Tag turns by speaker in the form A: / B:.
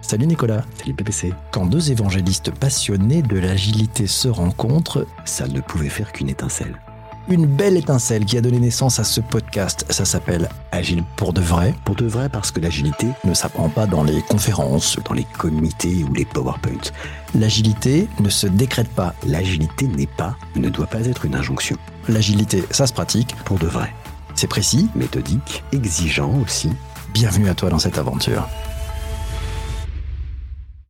A: Salut Nicolas.
B: Salut PPC.
A: Quand deux évangélistes passionnés de l'agilité se rencontrent,
B: Ça ne pouvait faire qu'une étincelle.
A: une belle étincelle qui a donné naissance à ce podcast, ça s'appelle Agile pour de vrai,
B: Pour de vrai, parce que l'agilité,
A: ne s'apprend pas dans les conférences.
B: dans les comités ou les PowerPoints,
A: L'agilité ne se décrète pas.
B: l'agilité n'est pas, ne doit pas être une injonction.
A: L'agilité, ça se pratique,
B: Pour de vrai,
A: c'est précis.
B: méthodique, exigeant aussi.
A: Bienvenue à toi dans cette aventure.